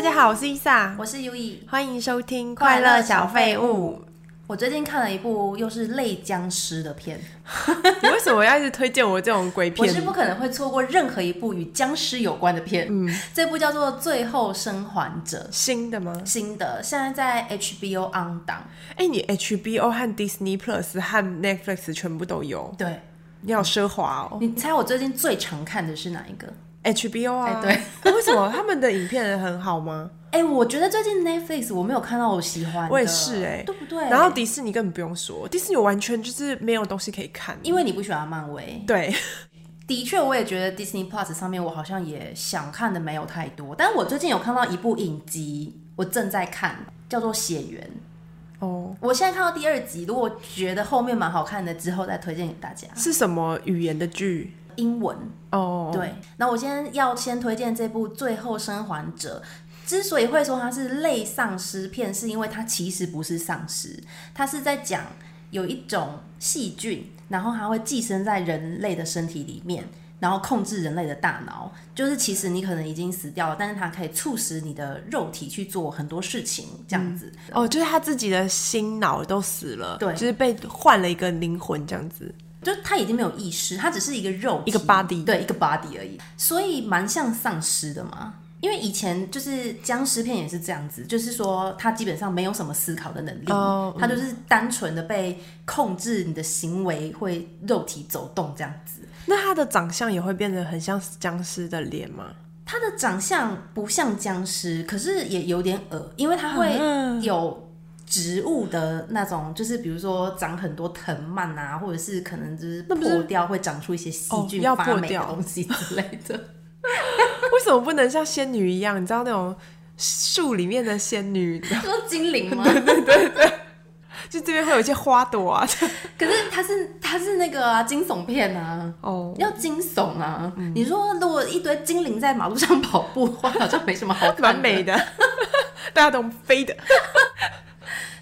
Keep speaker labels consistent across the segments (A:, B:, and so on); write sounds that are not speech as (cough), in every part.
A: 大，
B: 我是优以。
A: 欢迎收听《
B: 快
A: 快
B: 乐
A: 乐
B: 小
A: 小
B: 废
A: 废
B: 物
A: 物
B: 我最近看了一部又是类僵尸的片，》。
A: (laughs) 你为什么要一直推荐我这种鬼
B: 我
A: 片
B: 是？不可能会错过任何一部与僵尸有关的片。嗯，这部叫做《最后生还者
A: 新的吗》，？
B: 新的，现在在 HBO on 档。
A: 哎、你 HBO 和 Disney Plus 和 Netflix 全部都有，
B: 对，
A: 你好奢华哦。
B: 你猜我最近最常看的是哪一个？
A: HBO 啊， (laughs)
B: 哎
A: 对，为什么他们的影片很好吗？
B: 哎、我觉得最近 Netflix 我没有看到我喜欢的，
A: 我也是哎
B: 对不对？
A: 然后迪士尼根本不用说，迪士尼我完全就是没有东西可以看。
B: 因为你不喜欢漫威，
A: 对，
B: 的确，我也觉得 Disney Plus 上面我好像也想看的没有太多，但我最近有看到一部影集，我正在看，叫做《血缘》。
A: 哦，
B: 我现在看到第二集，如果觉得后面蛮好看的，之后再推荐给大家。
A: (laughs) 是什么语言的剧？
B: 英文
A: 哦，
B: 对，那我先要先推荐这部《最后生还者》。之所以会说它是类丧尸片，是因为它其实不是丧尸，它是在讲有一种细菌，然后它会寄生在人类的身体里面，然后控制人类的大脑。就是其实你可能已经死掉了，但是它可以促使你的肉体去做很多事情，这样子。
A: 哦，就是他自己的心脑都死了，
B: 对
A: 就是被换了一个灵魂这样子。
B: 就是他已经没有意识，他只是一个肉体
A: 一个 body
B: 对，一个 body 而已，所以蛮像丧尸的嘛。因为以前就是僵尸片也是这样子，就是说他基本上没有什么思考的能力
A: 哦
B: 他就是单纯的被控制你的行为，会肉体走动这样子。
A: 那他的长相也会变得很像僵尸的脸吗？ (laughs)
B: 他的长相不像僵尸，可是也有点恶，因为他会
A: 嗯
B: 有植物的那种，就是比如说长很多藤蔓啊，或者是可能就是
A: 那不是
B: 破掉会长出一些细菌
A: 哦要
B: 发
A: 破
B: 霉的
A: 掉
B: 东西之类
A: (laughs)
B: 的。
A: 为什么不能像仙女一样？你知道那种树里面的仙女， (laughs)
B: 说精灵吗？
A: 就这边会有一些花朵啊。 (laughs)
B: 可是他是他是那个啊惊悚片啊。
A: 哦，
B: 要惊悚啊！
A: 嗯
B: 你说如果一堆精灵在马路上跑步，哇，好像没什么好看
A: (laughs) 哦蛮
B: 的
A: 美的，大家都飞的。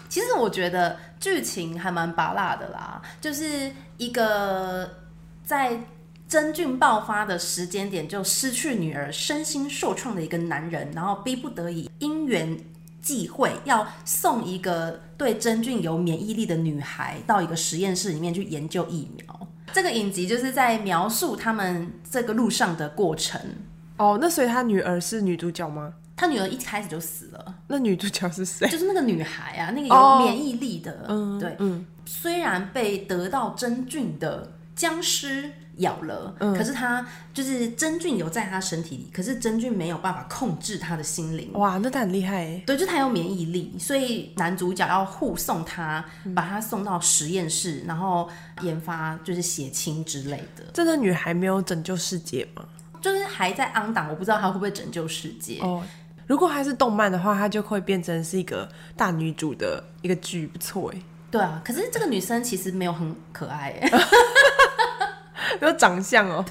B: 其实我觉得剧情还蛮拔辣的啦，就是一个在真菌爆发的时间点就失去女儿、身心受创的一个男人，然后逼不得已因缘际会要送一个对真菌有免疫力的女孩到一个实验室里面去研究疫苗。这个影集就是在描述他们这个路上的过程。
A: 哦，那所以他女儿是女主角吗？
B: 他女儿一开始就死了，
A: 那女主角是谁？
B: 就是那个女孩啊，那个有
A: 哦
B: 免疫力的，
A: 嗯
B: 对，
A: 嗯，
B: 虽然被得到真菌的僵尸咬了，可是它就是真菌有在它身体里，可是真菌没有办法控制它的心灵。
A: 哇，那他很厉害欸耶。
B: 对，就是它有免疫力，所以男主角要护送他，把他送到实验室，然后研发就是血清之类的，
A: 这个女孩没有拯救世界吗？
B: 就是还在昂档，我不知道他会不会拯救世界。
A: 哦，如果还是动漫的话，她就会变成是一个大女主的一个剧，不错哎。
B: 对啊，可是这个女生其实没有很可爱、欸，
A: 有长相哦。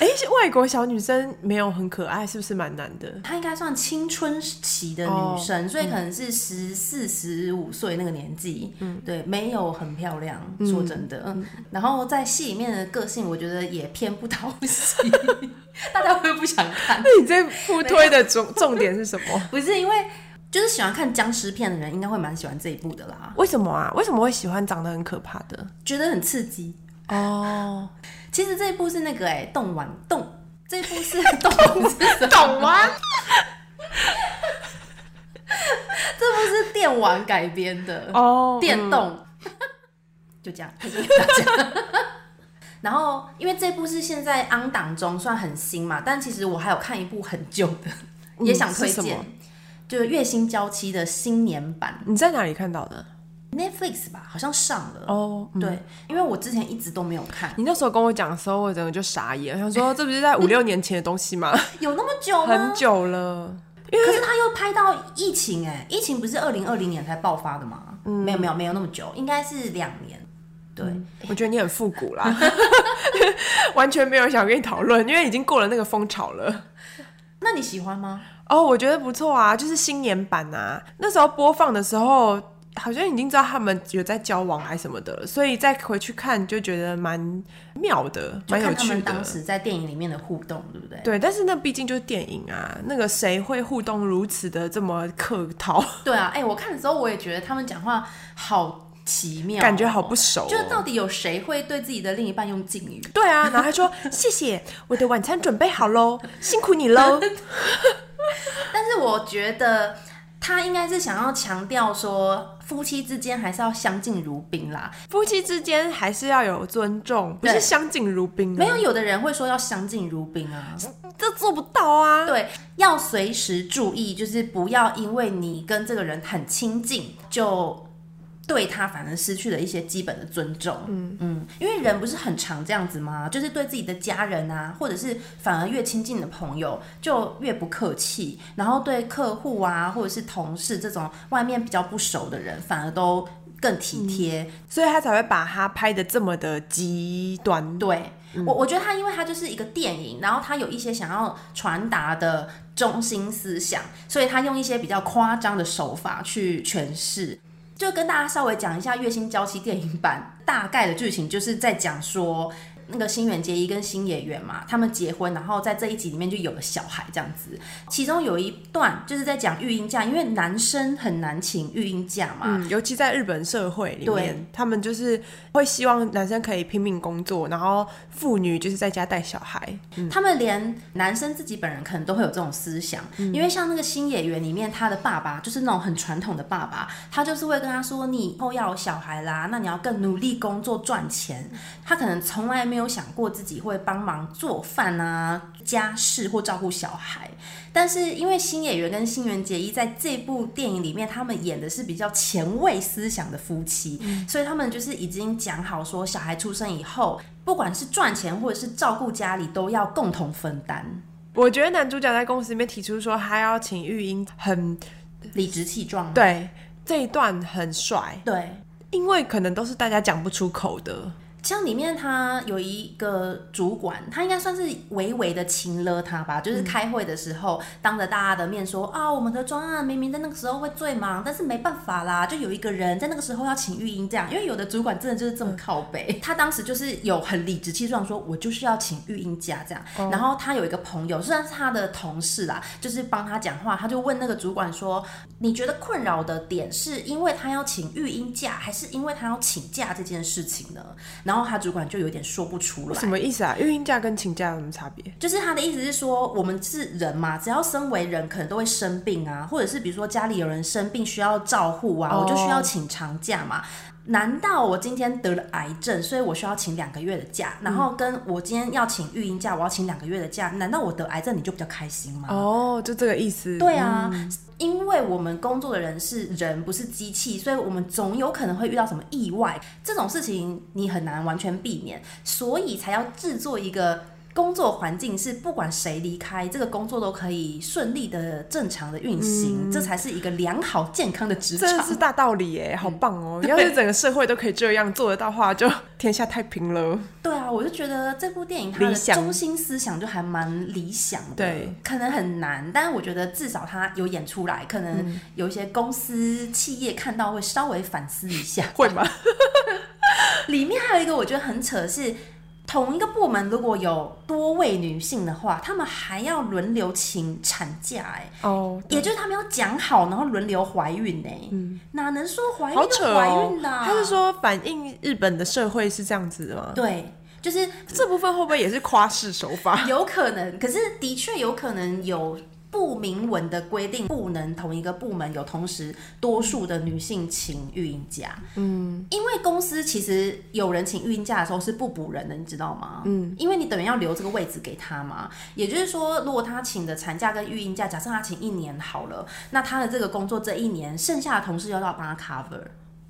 A: 哎、外国小女生没有很可爱，是不是蛮难的？ (laughs)
B: 她应该算青春期的女生，所以可能是十四、十五岁那个年纪。嗯，对，没有很漂亮，说真的。嗯，然后在戏里面的个性，我觉得也偏不讨喜， (laughs) 大家会不会不想看？
A: 那你这部推的重重点是什 (laughs) 么？
B: 不是因为就是喜欢看僵尸片的人，应该会蛮喜欢这一部的啦，
A: 为什么啊？为什么会喜欢长得很可怕的？
B: 觉得很刺激。
A: 哦，
B: 其实这一部是那个哎、动玩动，这一部是动玩是什么
A: 懂吗？
B: (laughs) 这部是电玩改编的。
A: 哦，
B: 电
A: 嗯
B: 动， (laughs) 就这样 (laughs) 推荐给大家。然后，因为这部是现在 on 档中算很新嘛，但其实我还有看一部很旧的，
A: 嗯
B: 也想推
A: 是什
B: 荐
A: 么，
B: 就是《月薪娇妻》的新年版
A: 你在哪里看到的？
B: ，Netflix 吧，好像上了。
A: 哦，嗯
B: 对，因为我之前一直都没有看，
A: 你那时候跟我讲的时候，我整个就傻眼，我想说这不是在五六年前的东西 (laughs) 吗？
B: 有那么久吗？
A: 很久了。
B: 可是他又拍到疫情、哎，疫情不是二零二零年才爆发的吗？
A: 嗯
B: 没有没有没有那么久，应该是两年。对，
A: 我觉得你很复古啦， (laughs) 完全没有想跟你讨论，因为已经过了那个风潮了。
B: 那你喜欢吗？
A: 哦，我觉得不错啊，就是新年版啊。那时候播放的时候，好像已经知道他们有在交往还是什么的了，所以再回去看就觉得蛮妙的，
B: 就
A: 蛮有
B: 看他
A: 趣
B: 们
A: 的
B: 当。时在电影里面的互动，对不对？
A: 对，但是那毕竟就是电影啊，那个谁会互动如此的这么客
B: (laughs)
A: 套，
B: 对啊，哎、我看的时候我也觉得他们讲话好奇妙哦、
A: 感觉好不熟、哦。
B: 就是到底有谁会对自己的另一半用敬语？
A: 对啊，然后他说谢谢，我的晚餐准备好
B: (laughs)
A: 喽，辛苦你喽。
B: 但是我觉得他应该是想要强调说，夫妻之间还是要相敬如宾啦。
A: 夫妻之间还是要有尊重，不是
B: 对
A: 相敬如宾、啊，
B: 没有有的人会说要相敬如宾啊，
A: 这做不到啊。
B: 对，要随时注意，就是不要因为你跟这个人很亲近就。对他反而失去了一些基本的尊重，嗯嗯，因为人不是很常这样子吗？就是对自己的家人啊，或者是反而越亲近的朋友就越不客气，然后对客户啊或者是同事这种外面比较不熟的人，反而都更体贴，
A: 所以他才会把他拍的这么的极端。
B: 对、啊我，我觉得他因为他就是一个电影，然后他有一些想要传达的中心思想，所以他用一些比较夸张的手法去诠释。就跟大家稍微讲一下《月薪娇妻》电影版大概的剧情，就是在讲说那个新垣结衣跟新演员嘛，他们结婚，然后在这一集里面就有了小孩这样子。其中有一段就是在讲育婴假，因为男生很难请育婴假嘛，
A: 嗯，尤其在日本社会里面
B: 对，
A: 他们就是会希望男生可以拼命工作，然后妇女就是在家带小孩。
B: 他们连男生自己本人可能都会有这种思想，因为像那个新演员里面，他的爸爸就是那种很传统的爸爸，他就是会跟他说，你以后要有小孩啦，那你要更努力工作赚钱。他可能从来没有想过自己会帮忙做饭啊、家事或照顾小孩。但是因为新演员跟新垣结衣在这部电影里面，他们演的是比较前卫思想的夫妻，所以他们就是已经讲好说，小孩出生以后，不管是赚钱或者是照顾家里，都要共同分担，
A: 我觉得男主角在公司里面提出说他要请育婴，很
B: 理直气壮。
A: 对这一段很帅，
B: 对，
A: 因为可能都是大家讲不出口的。
B: 像里面他有一个主管，他应该算是微微的亲了他吧，就是开会的时候、当着大家的面说啊，我们的专案明明在那个时候会最忙，但是没办法啦，就有一个人在那个时候要请育婴这样，因为有的主管真的就是这么靠北，嗯他当时就是有很理直气壮说，我就是要请育婴假这样，然后他有一个朋友，虽然是他的同事啦，就是帮他讲话，他就问那个主管说，你觉得困扰的点是因为他要请育婴假，还是因为他要请假这件事情呢？然后他主管就有点说不出来
A: 什。么意思啊？育婴假跟请假有什么差别？
B: 就是他的意思是说，我们是人嘛，只要身为人，可能都会生病啊，或者是比如说家里有人生病需要照护啊，
A: 哦
B: 我就需要请长假嘛。难道我今天得了癌症，所以我需要请两个月的假，然后跟我今天要请育婴假，我要请两个月的假，难道我得癌症你就比较开心吗？
A: 哦，就这个意思。
B: 啊对啊，
A: 嗯
B: 因为我们工作的人是人，不是机器，所以我们总有可能会遇到什么意外，这种事情你很难完全避免，所以才要制作一个。工作环境是不管谁离开，这个工作都可以顺利的、正常的运行，这才是一个良好健康的职
A: 嗯真的
B: 场。
A: 是大道理耶，好棒哦！(laughs)
B: 嗯
A: 要是整个社会都可以这样做得到的话，就天下太平了。
B: 对啊，我就觉得这部电影它
A: 理
B: 的
A: 想
B: 中心思想就还蛮理想的，
A: 对，
B: 可能很难，但是我觉得至少它有演出来，可
A: 嗯
B: 能有一些公司企业看到会稍微反思一
A: (laughs)
B: 下。
A: 会吗？
B: 里面还有一个我觉得很扯是。同一个部门如果有多位女性的话，她们还要轮流请产假、哎，
A: 哦，
B: 也就是她们要讲好，然后轮流怀孕呢、哎哪能说怀孕
A: 嗯好
B: 就
A: 扯
B: 怀
A: 哦
B: 孕！的、啊？
A: 他是说反映日本的社会是这样子的吗？
B: 对，就是
A: 这部分会不会也是夸饰手
B: (laughs)
A: 法？
B: 有可能，可是的确有可能有不明文的规定，不能同一个部门有同时多数的女性请育婴假。嗯，因为公司其实有人请育婴假的时候是不补人的，你知道吗？嗯，因为你等于要留这个位置给他嘛。也就是说，如果他请的产假跟育婴假，假设他请一年好了，那他的这个工作这一年剩下的同事要到帮他 cover。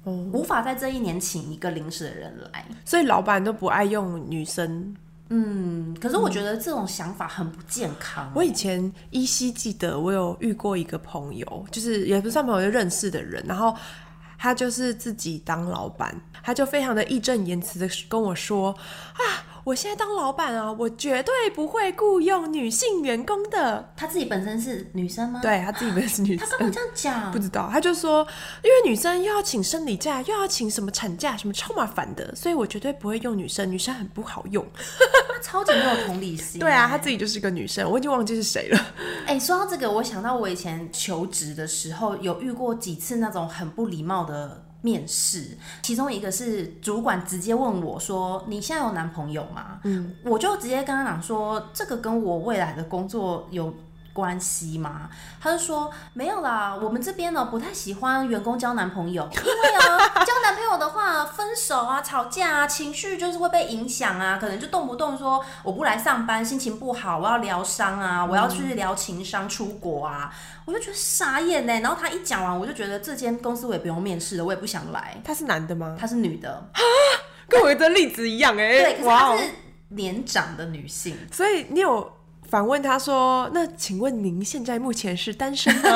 B: 无法在这一年请一个临时的人来，
A: 所以老板都不爱用女生。
B: 嗯，可是我觉得这种想法很不健康。啊
A: 我以前依稀记得，我有遇过一个朋友，就是也不算朋友，就认识的人，然后。他就是自己当老板，他就非常的义正言辞的跟我说：“啊，我现在当老板啊，我绝对不会雇佣女性员工的。
B: 她自己本身是女生吗？，
A: 对他自己本身是女
B: 她
A: 生，
B: 干嘛这样讲
A: 不？知道，他就说，因为女生又要请生理假，又要请什么产假，什么超麻烦的，所以我绝对不会用女生，女生很不好用。
B: 她超级没有同理心。
A: 对啊，她自己就是个女生，我已经忘记是谁了。
B: 哎、说到这个，我想到我以前求职的时候，有遇过几次那种很不礼貌的面试，其中一个是主管直接问我说：“你现在有男朋友吗？”嗯，我就直接跟他讲说：“这个跟我未来的工作有。”关系吗？他就说没有啦，我们这边呢不太喜欢员工交男朋友，因为啊交男朋友的话，分手啊、吵架啊，情绪就是会被影响啊，可能就动不动说我不来上班，心情不好，我要疗伤
A: 嗯
B: 啊，我要去疗情商，出国啊，我就觉得傻眼呢、欸然后他一讲完，我就觉得这间公司我也不用面试了，我也不想来。
A: 她是男的吗？
B: 她是女的，
A: (laughs) 跟我的例子一样哎、
B: 对，可是
A: 哇
B: 她
A: 哦！
B: 是年长的女性，
A: 所以你有反问他说，那请问您现在目前是单身吗？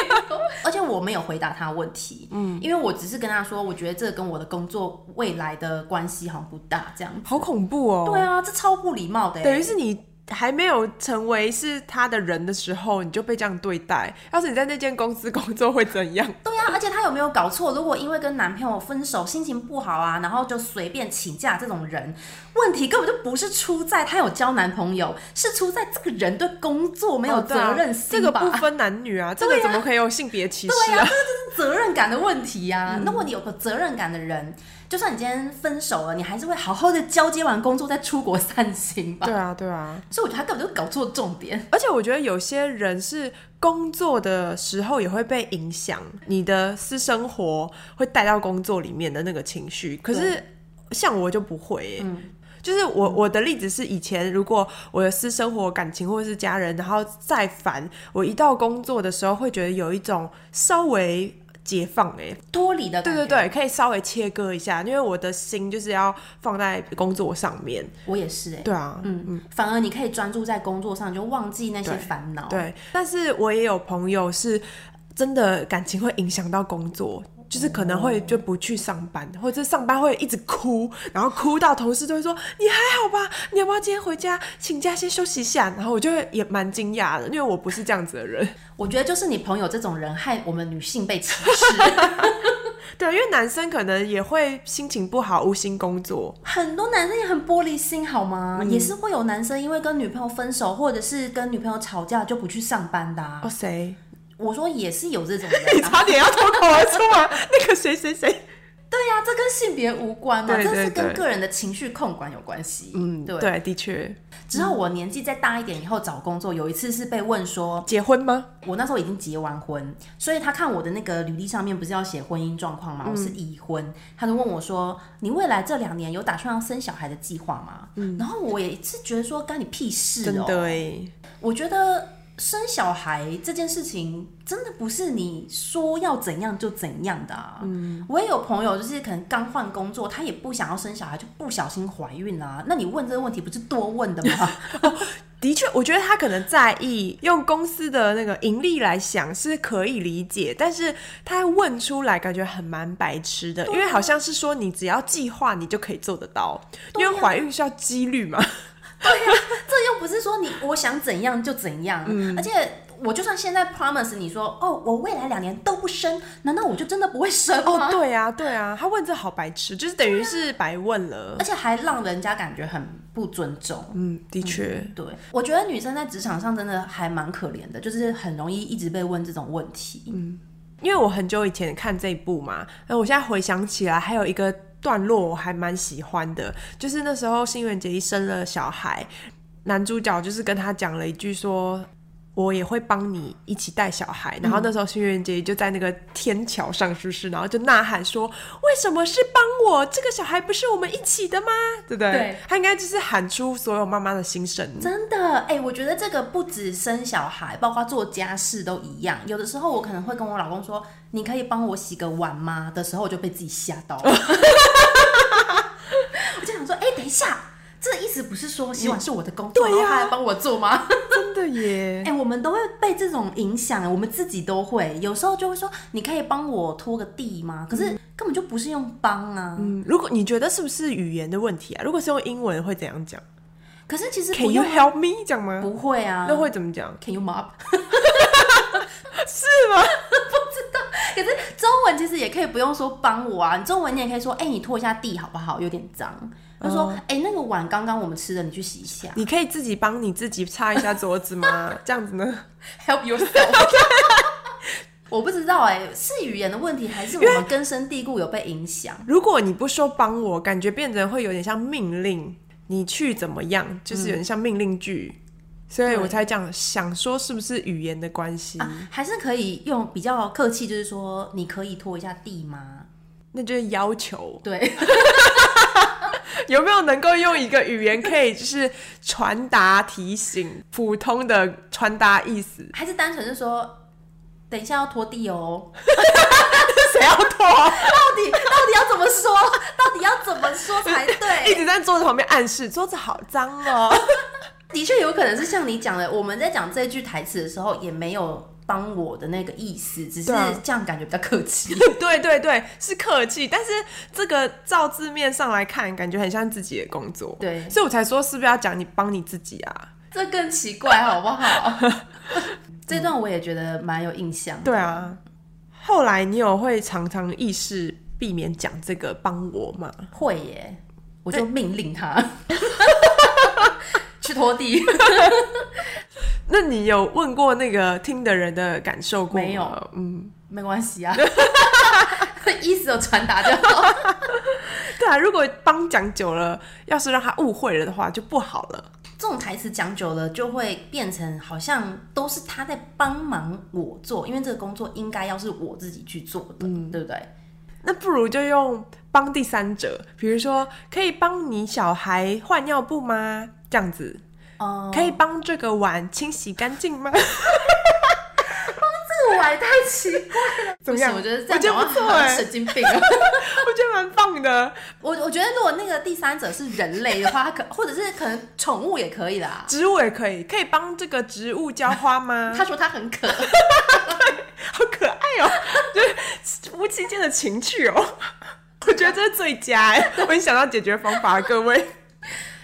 A: (laughs)
B: 而且我没有回答她问题，嗯，因为我只是跟她说，我觉得这跟我的工作未来的关系好像不大，这样。
A: 好恐怖哦！
B: 对啊，这超不礼貌的、欸。
A: 等于是你还没有成为是他的人的时候，你就被这样对待。要是你在那间公司工作会怎样？
B: 对啊呀、而且她有没有搞错？如果因为跟男朋友分手，心情不好啊，然后就随便请假这种人，问题根本就不是出在她有交男朋友，是出在这个人对工作没有
A: 哦对啊
B: 责任
A: 这
B: 心
A: 个
B: 吧？
A: 不分男女
B: (laughs)
A: 啊，这个怎么可以有性别歧视啊？
B: 责任感的问题 (laughs) 呀、那如果你有个责任感的人，就算你今天分手了，你还是会好好的交接完工作再出国散心吧。
A: 对啊，对啊。
B: 所以我觉得他根本就搞错重点。
A: 而且我觉得有些人是工作的时候也会被影响，你的私生活会带到工作里面的那个情绪。可是像我就不会、耶
B: 嗯
A: 就是我我的例子是以前如果我的私生活、感情或者是家人，然后再烦，我一到工作的时候会觉得有一种稍微解放哎、
B: 脱离的感
A: 对
B: 觉，
A: 对对，可以稍微切割一下，因为我的心就是要放在工作上面。
B: 我也是哎、
A: 对啊，嗯。
B: 嗯，反而你可以专注在工作上，你就忘记那些烦恼。
A: 对，但是我也有朋友是真的感情会影响到工作。就是可能会就不去上班，或者上班会一直哭，然后哭到同事都会说你还好吧？你要不要今天回家请假先休息一下？然后我就会也蛮惊讶的，因为我不是这样子的人。
B: 我觉得就是你朋友这种人，害我们女性被歧视。
A: (laughs) (laughs) 对，因为男生可能也会心情不好，无心工作。
B: 很多男生也很玻璃心，好吗？
A: 嗯
B: 也是会有男生因为跟女朋友分手，或者是跟女朋友吵架就不去上班的、啊。
A: 哦，谁？
B: 我说也是有这种
A: 你 (laughs)
B: 人、啊。
A: 差点要脱口而出啊！那个谁谁谁？
B: 对呀、这跟性别无关嘛，
A: 对对
B: 这是跟
A: 对
B: 个人的情绪控管有关系。嗯，对。
A: 对，的确，
B: 之后我年纪再大一点以后找工作，有一次是被问说，
A: 结婚吗？
B: 我那时候已经结完婚，所以他看我的那个履历上面不是要写婚姻状
A: 嗯
B: 况吗？我是已婚，他就问我说：“你未来这两年有打算要生小孩的计划吗？”然后我也是觉得说，干你屁事
A: 嗯真
B: 哦、
A: 的哎，
B: 我觉得生小孩这件事情真的不是你说要怎样就怎样的啊。嗯，我也有朋友就是可能刚换工作，他也不想要生小孩，就不小心怀孕啦、那你问这个问题不是多问的吗？
A: 的确，我觉得他可能在意用公司的那个盈利来想是可以理解，但是他问出来感觉很蛮白痴
B: 啊
A: 的，因为好像是说你只要计划你就可以做得到，
B: 啊
A: 因为怀孕是要几率
B: (laughs)
A: 嘛。
B: 这又不是说你我想怎样就怎样，
A: 嗯
B: 而且我就算现在 promise 你说哦，我未来两年都不生，难道我就真的不会生吗？
A: 对啊，对啊，他问这好白痴，就是等于是白问了
B: 而。且还让人家感觉很不尊重。
A: 嗯，的确，
B: 对，我觉得女生在职场上真的还蛮可怜的，就是很容易一直被问这种问题。
A: 因为我很久以前看这一部嘛，那我现在回想起来，还有一个段落我还蛮喜欢的，就是那时候新垣结衣生了小孩，男主角就是跟他讲了一句说。我也会帮你一起带小孩，然后那时候新垣结衣就在那个天桥上，是不是？然后就呐喊说：“为什么是帮我？这个小孩不是我们一起的吗？对不对？”
B: 对
A: 他应该就是喊出所有妈妈的心声。
B: 真的，哎、我觉得这个不止生小孩，包括做家事都一样。有的时候我可能会跟我老公说：“你可以帮我洗个碗 (laughs) 吗？”的时候，我就被自己吓到了。我就想说：“哎、等一下，这意思不是说洗碗是我的工作，
A: 嗯对呀啊
B: 然后他来帮我做吗？
A: 真的耶
B: 哎、，我们都会被这种影响，我们自己都会，有时候就会说，你可以帮我拖个地吗？可是根本就不是用帮啊。
A: 嗯，如果你觉得是不是语言的问题啊？如果是用英文会怎样讲
B: 可是其实
A: ？Can
B: (laughs) 不
A: you
B: 用啊
A: help me？讲吗？
B: 不会啊，
A: 那会怎么讲？
B: Can you mop？是 (laughs) 吗？ (laughs) 不知道。可是中文其实也可以不用说帮我啊，你中文你也可以说，哎、你拖一下地好不好？有点脏。他说，哎、那个碗刚刚我们吃的，你去洗一下。
A: 你可以自己帮你自己擦一下桌子吗？ (laughs) 这样子呢？
B: (laughs) Help yourself (laughs) 我不知道哎、是语言的问题，还是我们根深蒂固有被影响？
A: 如果你不说帮我，感觉变成会有点像命令，你去怎么样，就是
B: 嗯
A: 有点像命令句。所以我才讲想说是不是语言的关系，
B: 啊，还是可以用比较客气，就是说，你可以拖一下地吗？
A: 那就是要求 (laughs)
B: 对， (laughs)？
A: 有没有能够用一个语言可以就是传达提醒普通的传达意思 (laughs)
B: 还是单纯是说，等一下要拖地哦。
A: 谁要拖啊？
B: 到底到底要怎么说？到底要怎么说才
A: 一
B: (laughs) 对？
A: 直在桌子旁边暗示桌子好脏哦。
B: (laughs) 的确有可能是像你讲的，我们在讲这句台词的时候也没有帮我的那个意思，只是
A: 对啊
B: 这样感觉比较客气。
A: 对对对，是客气，但是这个照字面上来看，感觉很像自己的工作。
B: (laughs) 对
A: 所以我才说是不是要讲你帮你自己啊？
B: 这更奇怪，好不好？ (laughs) 这段我也觉得蛮有印象。
A: 对啊。后来你有会常常意识避免讲这个帮我吗？
B: 会耶，我就命令他 (laughs) 去拖地。 (laughs)
A: 那你有问过那个听的人的感受过吗
B: 没有？
A: 嗯，
B: 没关系 (laughs) 啊，意思有传达就好。
A: 对啊。如果帮讲久了，要是让他误会了的话，就不好了。
B: 这种台词讲久了，就会变成好像都是他在帮忙我做，因为这个工作应该要是我自己去做的，对不对？
A: 那不如就用帮第三者，比如说可以帮你小孩换尿布吗？这样子，
B: 哦、
A: 可以帮这个碗清洗干净吗？
B: 这个我还太奇怪了，
A: (laughs) 怎么
B: 不行
A: 样
B: 我觉得这
A: 我觉得
B: 样讲话
A: 不错
B: 好像
A: 欸
B: 神经病哦。
A: (laughs) 我觉得蛮棒的，
B: 我我觉得如果那个第三者是人类的话，他可或者是可能宠物也可以啦。
A: 植物也可以，可以帮这个植物浇花吗？
B: 他说他很渴，
A: 好可爱哦、就是夫妻间的情趣哦、我觉得这是最佳哎， (laughs) 我已经想到解决方法了，各位。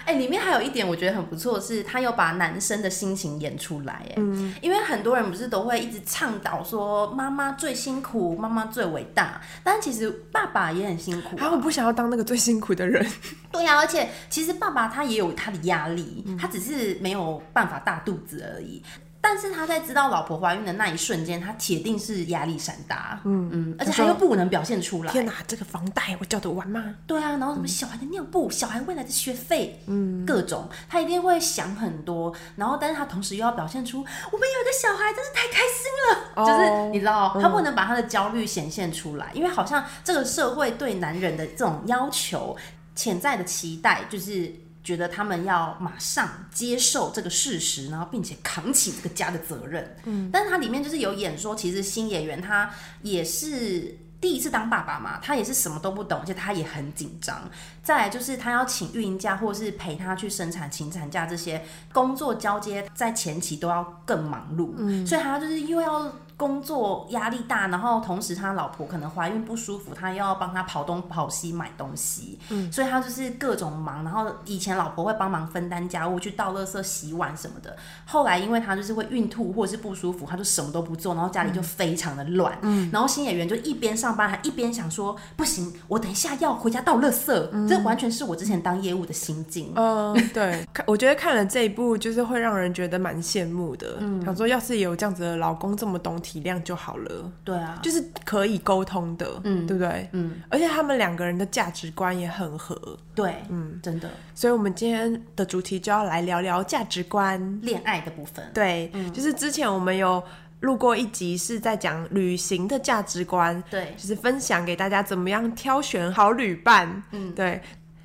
B: 哎、里面还有一点我觉得很不错，是他有把男生的心情演出来，哎、
A: 嗯
B: 因为很多人不是都会一直倡导说妈妈最辛苦，妈妈最伟大，但其实爸爸也很辛苦、
A: 啊，我不想要当那个最辛苦的人，
B: 对呀、而且其实爸爸他也有他的压力，
A: 嗯
B: 他只是没有办法大肚子而已。但是他在知道老婆怀孕的那一瞬间，他铁定是压力山大，嗯嗯，而且
A: 他说
B: 他又不能表现出来，
A: (laughs) 天哪，这个房贷我交得完吗？
B: 对啊，然后什么小孩的尿布、小孩未来的学费，嗯，各种，他一定会想很多。然后，但是他同时又要表现出我们有一个小孩，真是太开心了。
A: 哦
B: 就是你知道，他不能把他的焦虑显现出来，因为好像这个社会对男人的这种要求、潜在的期待，就是觉得他们要马上接受这个事实，然后并且扛起这个家的责任。嗯，但是它里面就是有演说，其实新演员他也是第一次当爸爸嘛，他也是什么都不懂，而且他也很紧张。再来就是他要请育婴假，或是陪他去生产、请产假这些工作交接，在前期都要更忙碌，所以他就是又要工作压力大，然后同时他老婆可能怀孕不舒服，他又要帮他跑东跑西买东西，所以他就是各种忙。然后以前老婆会帮忙分担家务，去倒垃圾、洗碗什么的。后来因为他就是会孕吐或者是不舒服，他就什么都不做，然后家里就非常的乱。然后新演员就一边上班，还一边想说：不行，我等一下要回家倒垃圾。这完全是我之前当业务的心境。
A: 嗯，对，看我觉得看了这一部，就是会让人觉得蛮羡慕的，
B: 嗯
A: 想说要是有这样子的老公这么懂体谅就好了。
B: 对啊，
A: 就是可以沟通的，嗯，对不对？嗯，而且他们两个人的价值观也很合，
B: 对，嗯，真的，
A: 所以我们今天的主题就要来聊聊价值观。
B: 恋爱的部分。
A: 对，就是之前我们有录过一集是在讲旅行的价值观，
B: 对
A: 就是分享给大家怎么样挑选好旅伴。嗯，对。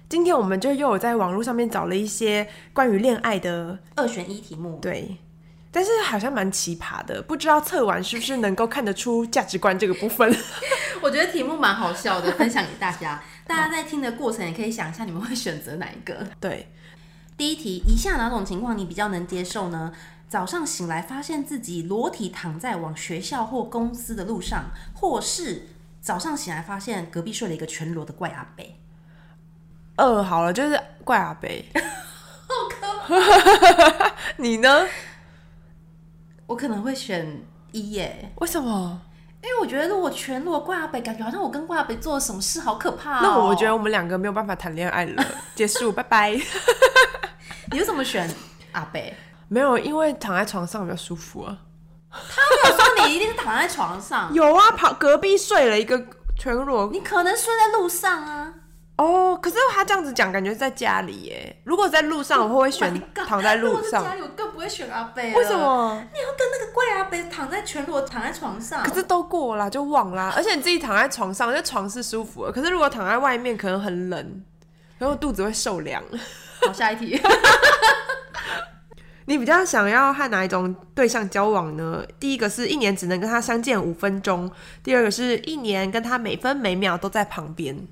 A: 今天我们就又有在网络上面找了一些关于恋爱的，
B: 二选一题目，
A: 对。但是好像蛮奇葩的，不知道测完是不是能够看得出价值观这个部分。 (laughs)
B: 我觉得题目蛮 (laughs) 好笑的，分享给大家。大家在听的过程也可以想一下，你们会选择哪一个？
A: 对，
B: 第一题，以下哪种情况你比较能接受呢？早上醒来发现自己裸体躺在往学校或公司的路上，或是早上醒来发现隔壁睡了一个全裸的怪阿伯。
A: 二好了，就是怪阿北。 (laughs) 你呢？
B: 我可能会选一耶，
A: 为什么？
B: 因为我觉得如果全裸怪阿北，感觉好像我跟怪阿北做了什么事，好可怕、哦。
A: 那我觉得我们两个没有办法谈恋爱 (laughs) 了，结束，拜拜。
B: 你为什么选阿北？
A: 没有，因为躺在床上比较舒服啊。
B: 他没有说你一定是躺在床上，
A: 有啊，旁隔壁睡了一个全裸
B: (laughs) 你可能睡在路上啊。
A: 哦，可是他这样子讲，感觉是在家里耶。如果在路上，我会
B: Oh
A: 选
B: my god，
A: 躺在
B: 如
A: 路
B: 果是
A: 上
B: 家。里我更不会选阿北。
A: 为什？么？
B: 你要跟那个怪阿北躺在全裸躺在床上，
A: 可是都过啦，就忘啦。而且你自己躺在床上，那床是舒服的。可是如果躺在外面，可能很冷，然后肚子会受凉。
B: 好下一题。
A: 你比较想要和哪一种对象交往呢？第一个是一年只能跟他相见五分钟，第二个是一年跟他每分每秒都在旁边。
B: (laughs)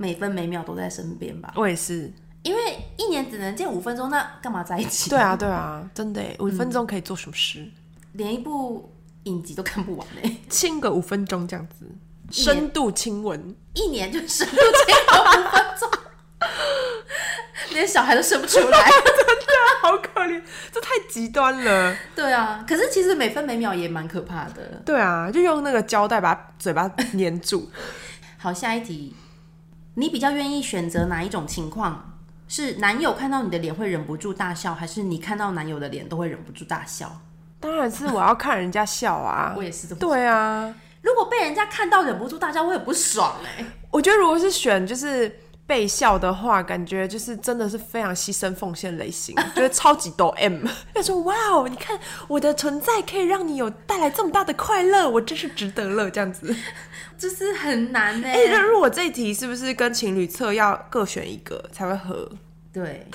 B: 每分每秒都在身边吧，
A: 我也是。
B: 因为一年只能见五分钟，那干嘛在一起？
A: 对，啊，对啊，真的耶，五分钟可以做什么事？
B: 连一部影集都看不完欸嘞、
A: 亲个五分钟这样子，
B: 年
A: 深度亲吻。 (laughs)
B: 一年就生不出来五分钟， (laughs) 连小孩都生不出 (laughs) 来。
A: 好可怜，这太极端了。
B: 对啊，可是其实每分每秒也蛮可怕的。
A: 对啊，就用那个胶带把嘴巴粘住。 (laughs)
B: 好，下一题，你比较愿意选择哪一种情况？是男友看到你的脸会忍不住大笑，还是你看到男友的脸都会忍不住大笑？。
A: 当然是我要看人家笑啊
B: 我也是这么。
A: 对啊，
B: 如果被人家看到忍不住大笑，我很不爽哎、
A: 我觉得如果是选就是被笑的话，感觉就是真的是非常牺牲奉献类型，觉得超级抖 (laughs) M。要说哇哦，你看我的存在可以让你有带来这么大的快乐，我真是值得了这样子。
B: 就是很难哎、
A: 哎、那如果这一题是不是跟情侣测要各选一个才会合？
B: 对，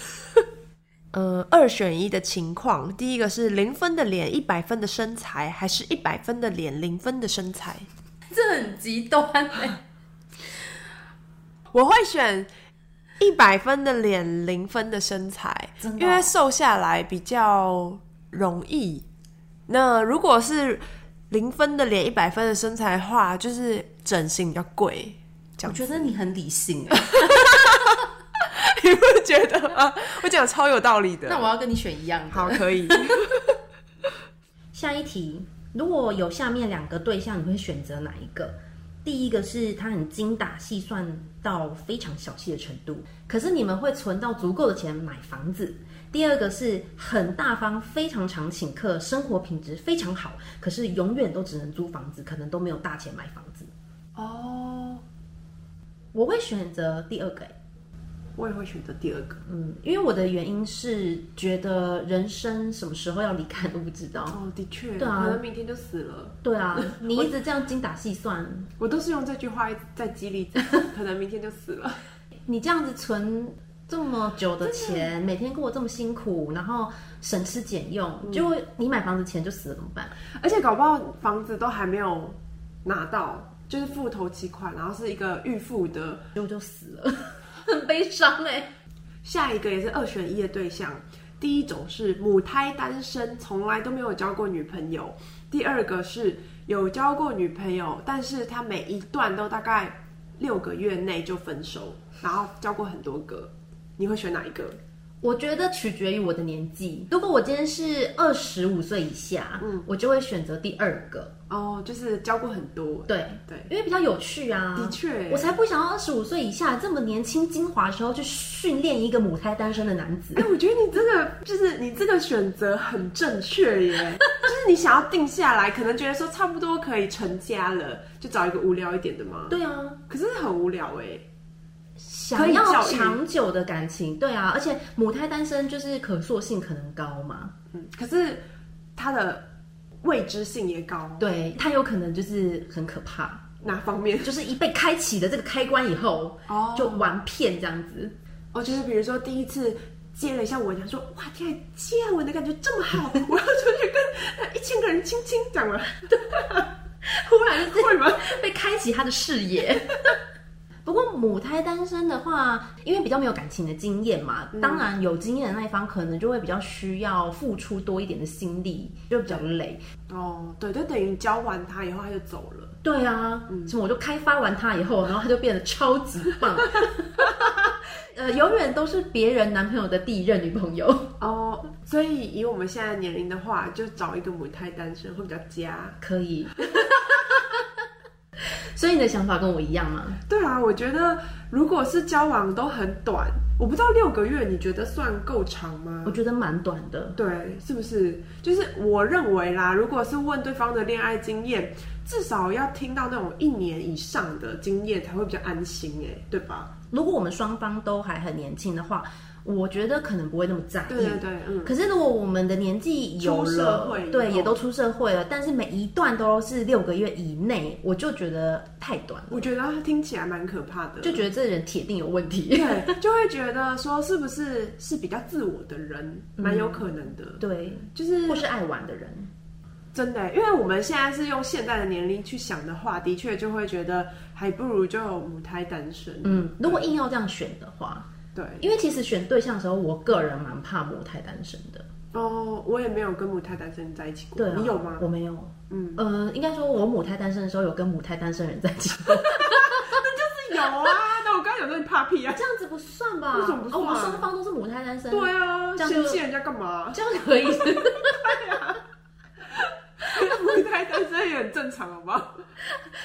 A: 呃，二选一的情况，第一个是零分的脸，一百分的身材，还是一百分的脸，零分的身材？
B: 这很极端哎、
A: 我会选一百分的脸，零分的身材
B: 真的，哦
A: 因为瘦下来比较容易。那如果是零分的脸，一百分的身材的话，就是整形比较贵。 (laughs) 这
B: (laughs) 我
A: 样，
B: 觉得你很理性哎、
A: 你不觉得吗？我讲得超有道理
B: (laughs) 那
A: 的。
B: 我要跟你选一样的。
A: 好，可以。
B: 下一题，如果有下面两个对象，你会选择哪一个？第一个是他很精打细算到非常小气的程度，可是你们会存到足够的钱买房子。第二个是很大方，非常常请客，生活品质非常好，可是永远都只能租房子，可能都没有大钱买房子。
A: (laughs) 哦，
B: 我会选择第二个、欸
A: 我也会选择第二个。
B: 嗯，因为我的原因是觉得人生什么时候要离开都不知
C: (laughs)
B: 道。
A: 哦，的确，
B: 对啊
A: 可能明天就死了。
B: 对啊，你一直这样精打细算，
A: 我都是用这句话在激励 (laughs) 自己，可能明天就死了。
B: 你这样子存这么久的钱，每天过得这么辛苦，然后省吃俭
C: 嗯
B: 用，结果你买房子前就死了怎么办？
A: 而且搞不好房子都还没有拿到，就是付头期款，然后是一个预付的，
B: 结果就死了， (laughs) 很悲伤哎、
A: 下一个也是二选一的对象。第一种是母胎单身，从来都没有交过女朋友；第二个是有交过女朋友，但是他每一段都大概六个月内就分手，然后交过很多个。你会选哪一个？
C: 我觉得取决于我的年纪。如果我今天是二十五岁以下，嗯，我就会选择第二个，
A: 哦，就是交过很多。
C: 对
A: 对，
C: 因为比较有趣啊。
A: 的确
C: 我才不想要二十五岁以下这么年轻精华的时候去训练一个母胎单身的男子
A: 哎、。我觉得你这个就是你这个选择很正确耶， (laughs) 就是你想要定下来，可能觉得说差不多可以成家了，就找一个无聊一点的嘛。
C: 对啊，
A: 可是很无聊哎，
C: 想
A: 可以
C: 要
A: 教育
C: 长久的感情，对啊，而且母胎单身就是可塑性可能高嘛，
A: 嗯，可是它的未知性也高，
C: 对，他有可能就是很可怕，
A: 哪方 (laughs) 面？
C: 就是一被开启的这个开关以后，
A: 哦
C: 就玩骗这样子。
A: 哦，就是比如说第一次接了一下吻，他说哇天，啊接吻的感觉这么好，我要出去跟一千个人亲亲，这样吗？
C: 忽然就是
B: (laughs)
A: 会吗？
C: 被开启他的视野。不过
B: 过母胎单身的话，因为比较没有感情的经验嘛，当然有经验的那一方可能就会比较需要付出多一点的心力，就比较累。
A: 哦，对，就等于教完他以后他就走了。
B: 对啊，什么我就开发完他以后，然后他就变得超级棒。 (laughs) 呃，永远都是别人男朋友的第一任女朋友，
A: 哦，所以以我们现在的年龄的话，就找一个母胎单身会比较佳。
B: 可以。 (laughs) 所以你的想法跟我一样吗？
A: 对啊，我觉得如果是交往都很短，我不知道六个月你觉得算够长吗
B: 我？觉得蛮短的。
A: 对，是不是？就是我认为啦，如果是问对方的恋爱经验，至少要听到那种一年以上的经验才会比较安心、哎，对吧？
B: 如果我们双方都还很年轻的话，我觉得可能不会那么在意。
A: 对对对，嗯，
B: 可是如果我们的年纪有
A: 出社会以哦
B: 了，
A: 后
B: 对，也都出社会了，但是每一段都是六个月以内，我就觉得太短了，
A: 我觉得他听起来蛮可怕的，
B: 就觉得这人铁定有问
A: (laughs)
B: 题。
A: 对，就会觉得说是不是是比较自我的人，蛮有可能的，
B: 对，
A: 就是
B: 或是爱玩的人，
A: 真的欸，因为我们现在是用现在的年龄去想的话，的确就会觉得还不如就母胎单身。
B: 嗯，如果硬要这样选的话，
A: 对，
B: 因为其实选对象的时候，我个人蛮怕母胎单身的。
A: 哦，我也没有跟母胎单身在一起过，
B: 对、啊，
A: 你有吗？
B: 我没有。
A: 嗯，
B: 呃，应该说我母胎单身的时候，有跟母胎单身人在一起，
A: (laughs) 有啊，那我刚刚有说你怕
B: (laughs)
A: 屁啊？
B: 这样子不算吧？
A: 为什么不算
B: 哦，我们双方都是母胎单身。
A: 对啊，
B: 这样
A: 嫌
B: 就
A: 弃人家干嘛？
B: 这样可以。
A: 母胎单身也很正常，好不好？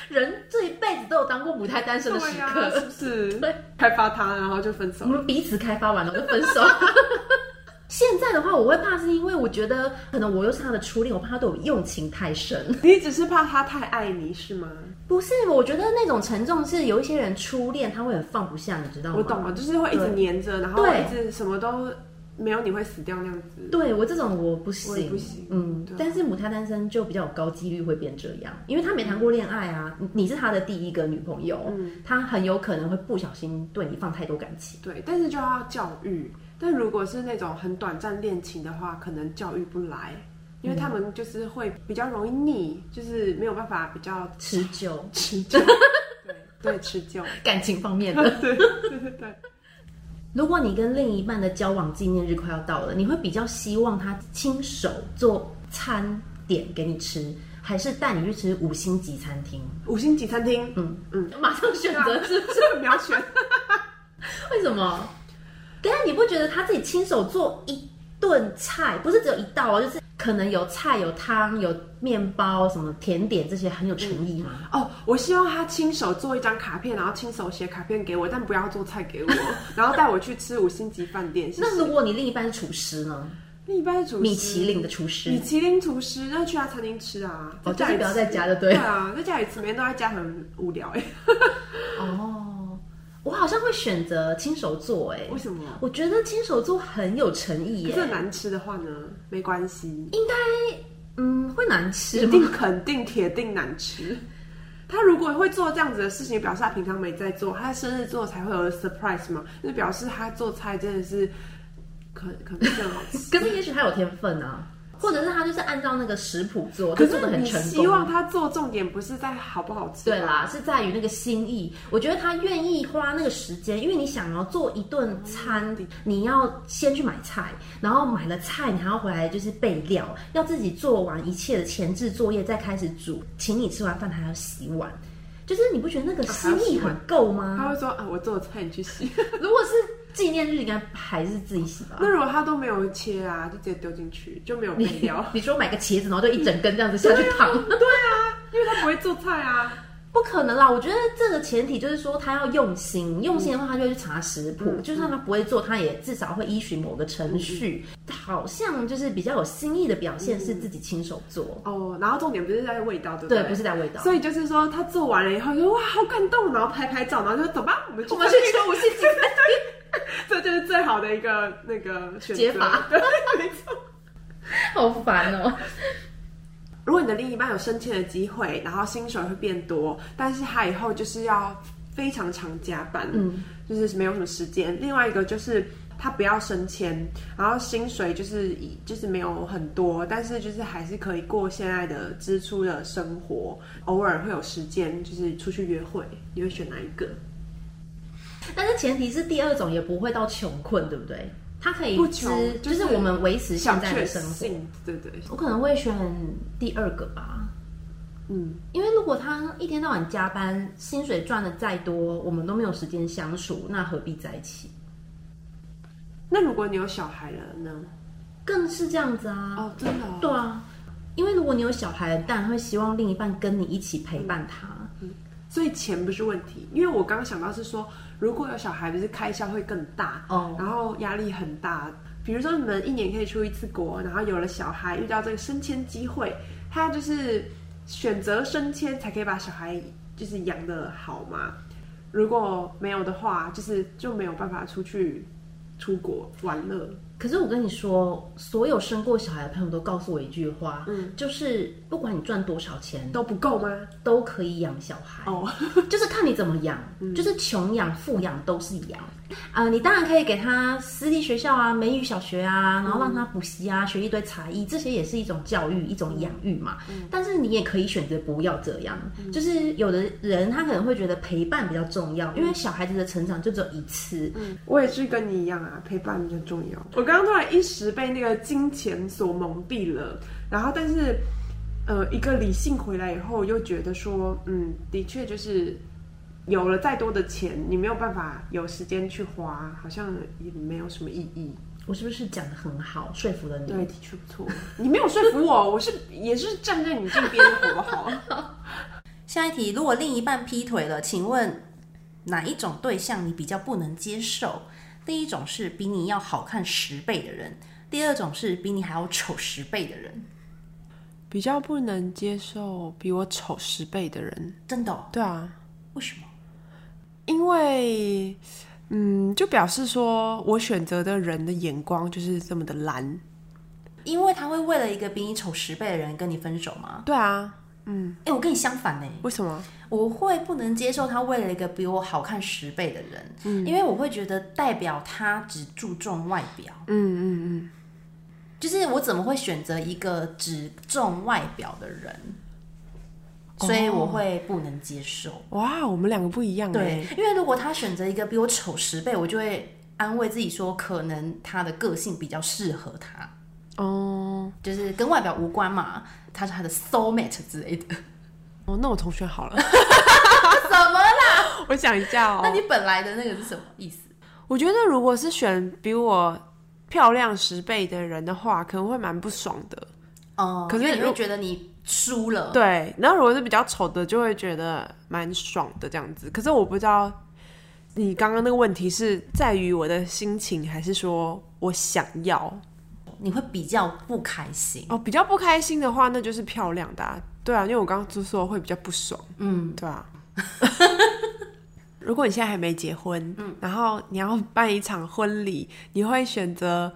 B: 人这一辈子都有当过母胎单身的
A: 对
B: 时
A: 呀、
B: 刻，
A: 是不是？
B: (laughs) 对，
A: 开发他，然后就分
B: 我
A: 手。
B: 们彼此开发完了就分手。 (laughs) 现在的话，我会怕是因为我觉得可能我又是他的初恋，我怕他对我用情太深。
A: 你只是怕他太爱你是吗？
B: 不是，我觉得那种沉重是有一些人初恋他会很放不下，你知道吗？
A: 我懂了，就是会一直
B: 对
A: 黏着，然后
B: 对
A: 一直什么都没有，你会死掉那样子。
B: 对我这种我不
A: 我也
B: 行，
A: 不行
B: 嗯
A: 对啊，
B: 但是母胎单身就比较有高几率会变这样，因为他没谈过恋爱啊，你你是他的第一个女朋友，
A: 嗯
B: 他很有可能会不小心对你放太多感情。
A: 对，但是就要教育。但如果是那种很短暂恋情的话，可能教育不来，因为
B: 嗯
A: 他们就是会比较容易腻，就是没有办法比较
B: 持久
A: 持久。 (laughs) 对对，持久。
B: 感情方面的，
A: 对对对对。
B: 如果你跟另一半的交往纪念日快要到了，你会比较希望他亲手做餐点给你吃，还是带你去吃五星级餐厅？
A: 五星级餐厅，
B: 嗯
A: (laughs) 嗯，
B: 马上选择是
A: 这个秒选。
B: 为什么？但啊是你不觉得他自己亲手做一顿菜，不是只有一道哦，就是可能有菜、有汤、有面包、什么甜点这些很有诚意吗？
A: 哦，我希望他亲手做一张卡片，然后亲手写卡片给我，但不要做菜给我，然后带我去吃五星级饭店。谢谢
B: 那如果你另一半是厨师呢？
A: 另一半是主
B: 米其林的厨
A: 米
B: 师，
A: 其林厨师，那去他餐厅吃啊，
B: 哦，就
A: 家
B: 是
A: 里
B: 不要在家就
A: 对
B: 对。
A: 啊，在家里吃，每天都在家很无聊哎、
B: 哦，我好像会选择亲手做、哎
A: 为，什么？
B: 我觉得亲手做很有诚意、欸
A: 可
B: 耶。
A: 是难吃的话呢，没关系，
B: 嗯，会难吃
A: 一
B: 吗？
A: 定肯定铁定难吃。他如果会做这样子的事情，表示他平常没在做，他在生日做才会有 surprise 嘛，那表示他做菜真的是可可能更好吃。
B: (laughs) 可是也许他有天分啊，或者是他就是按照那个食谱做，
A: 可
B: 就做的
A: 是
B: 很
A: 你
B: 成功。啊
A: 希望他做重点不是在好不好吃，
B: 对，啊啦，是在于那个心意。我觉得他愿意花那个时间，因为你想要做一顿餐，你要先去买菜，然后买了菜，你还要回来就是备料，要自己做完一切的前置作业，再开始煮。请你吃完饭还要洗碗，就是你不觉得那个心意很够吗？
A: 他会说啊，我做的菜你去
B: (laughs)
A: 洗。
B: 如果是纪念日，应该还是自己洗吧
A: 那。如果他都没有切啊，就直接丢进去，就没
B: (laughs)
A: 有备
B: 你
A: 料，
B: 你说买个茄子，然后就一整根这样子下去烫，
A: 因为他不会做菜啊。
B: 不可能啦！我觉得这个前提就是说他要用
A: 嗯
B: 心，用心的话他就会去查食谱，就算他不会做，他也至少会依循某个程
A: 嗯
B: 序。好像就是比较有心意的表现是自己亲手做，
A: 哦，然后重点不是在味道，对不
B: 对，
A: 对
B: 不是在味道。
A: 所以就是说，他做完了以后就哇，好感动，然后拍拍照，然后就走吧，我们去
B: 我们去吃五星级饭店，
A: 这就是最好的一个那个选择
B: 解法
A: 对，没错。
B: (laughs) 好烦哦、
A: 如果你的另一半有升迁的机会，然后薪水会变多，但是他以后就是要非常常加班，嗯，就是没有什么时间。另外一个就是他不要升迁，然后薪水就是以就是没有很多，但是就是还是可以过现在的支出的生活，偶尔会有时间就是出去约会，你会选哪一个？
C: 但是前提是第二种也不会到穷困，对不对？他可以
A: 不
C: 支
A: 穷，
C: 就
A: 就是是
C: 我们维持现
A: 想
C: 在的
A: 确
C: 生活。
A: 信，对对，
C: 我可能会选第二个吧，
A: 嗯，
C: 因为如果他一天到晚加班，薪水赚的再多，我们都没有时间相处，那何必在一起？
A: 那如果你有小孩了呢？
C: 更是这样子啊。
A: 哦，真的、哦，
C: 对啊，因为如果你有小孩，当然会希望另一半跟你一起陪伴他。
A: 所以钱不是问题，因为我刚刚想到是说，如果有小孩，不是开销会更大，
C: 哦
A: 然后压力很大。比如说你们一年可以出一次国，然后有了小孩，遇到这个升迁机会，他就是选择升迁才可以把小孩就是养的好嘛。如果没有的话，就是就没有办法出去出国玩乐。
C: 可是我跟你说，所有生过小孩的朋友都告诉我一句话，就是不管你赚多少钱，
A: 都不够吗？
C: 都可以养小孩。
A: 哦，
C: (laughs) 就是看你怎么养，就是穷养、富养都是养。啊、你当然可以给他私立学校啊、美语小学啊，然后让他补习啊，学一堆才艺，这些也是一种教育、一种养育嘛。但是你也可以选择不要这样，就是有的人他可能会觉得陪伴比较重要，因为小孩子的成长就只有一次。
A: 嗯我也是跟你一样啊，陪伴比较重要。我刚刚突然一时被那个金钱所蒙蔽了，然后但是，呃，一个理性回来以后，又觉得说，嗯，的确就是有了再多的钱，你没有办法有时间去花，好像也没有什么意义。
C: 我是不是讲的很好，说服了你？
A: 对，的确不错。 (laughs) 你没有说服我，我是也是站在你这边，好不好？
B: 下一题，如果另一半劈腿了，请问哪一种对象你比较不能接受？第一种是比你要好看十倍的人，第二种是比你还要丑十倍的人。
A: 比较不能接受比我丑十倍的人，
B: 真的、哦？
A: 对啊，
B: 为什么？
A: 因为，嗯，就表示说我选择的人的眼光就是这么的蓝。
B: 因为他会为了一个比你丑十倍的人跟你分手吗？
A: 对啊，
B: 哎、我跟你相反呢、
A: 为什么？
B: 我会不能接受他为了一个比我好看十倍的人，因为我会觉得代表他只注重外表。
A: 嗯嗯嗯，
B: 就是我怎么会选择一个只重外表的人？所以我会不能接受。
A: 哇，我们两个不一样
B: 哦对
A: 哎。，
B: 因为如果他选择一个比我丑十倍，我就会安慰自己说，可能他的个性比较适合他，
A: 哦
B: 就是跟外表无关嘛，他是他的 soul mate 之类 (laughs) 的。
A: 哦，那我重选好了。
B: 啊什么啦？
A: (laughs) 我想一下哦
B: 那你本来的那个是什么意思？
A: (laughs) 我觉得如果是选比我漂亮十倍的人的话，可能会蛮不爽的。
B: 哦、
A: 可是
B: 因为你
A: 如
B: 会觉得你输了。
A: 对，然后如果是比较丑的，就会觉得蛮爽的这样子。可是我不知道你刚刚那个问题是在于我的心情，还是说我想要？
B: 你会比较不开心。
A: 哦，比较不开心的话，那就是漂亮的、啊，对啊，因为我刚刚就说会比较不爽，嗯，对啊。 (laughs) 如果你现在还没结婚，嗯，然后你要办一场婚礼，你会选择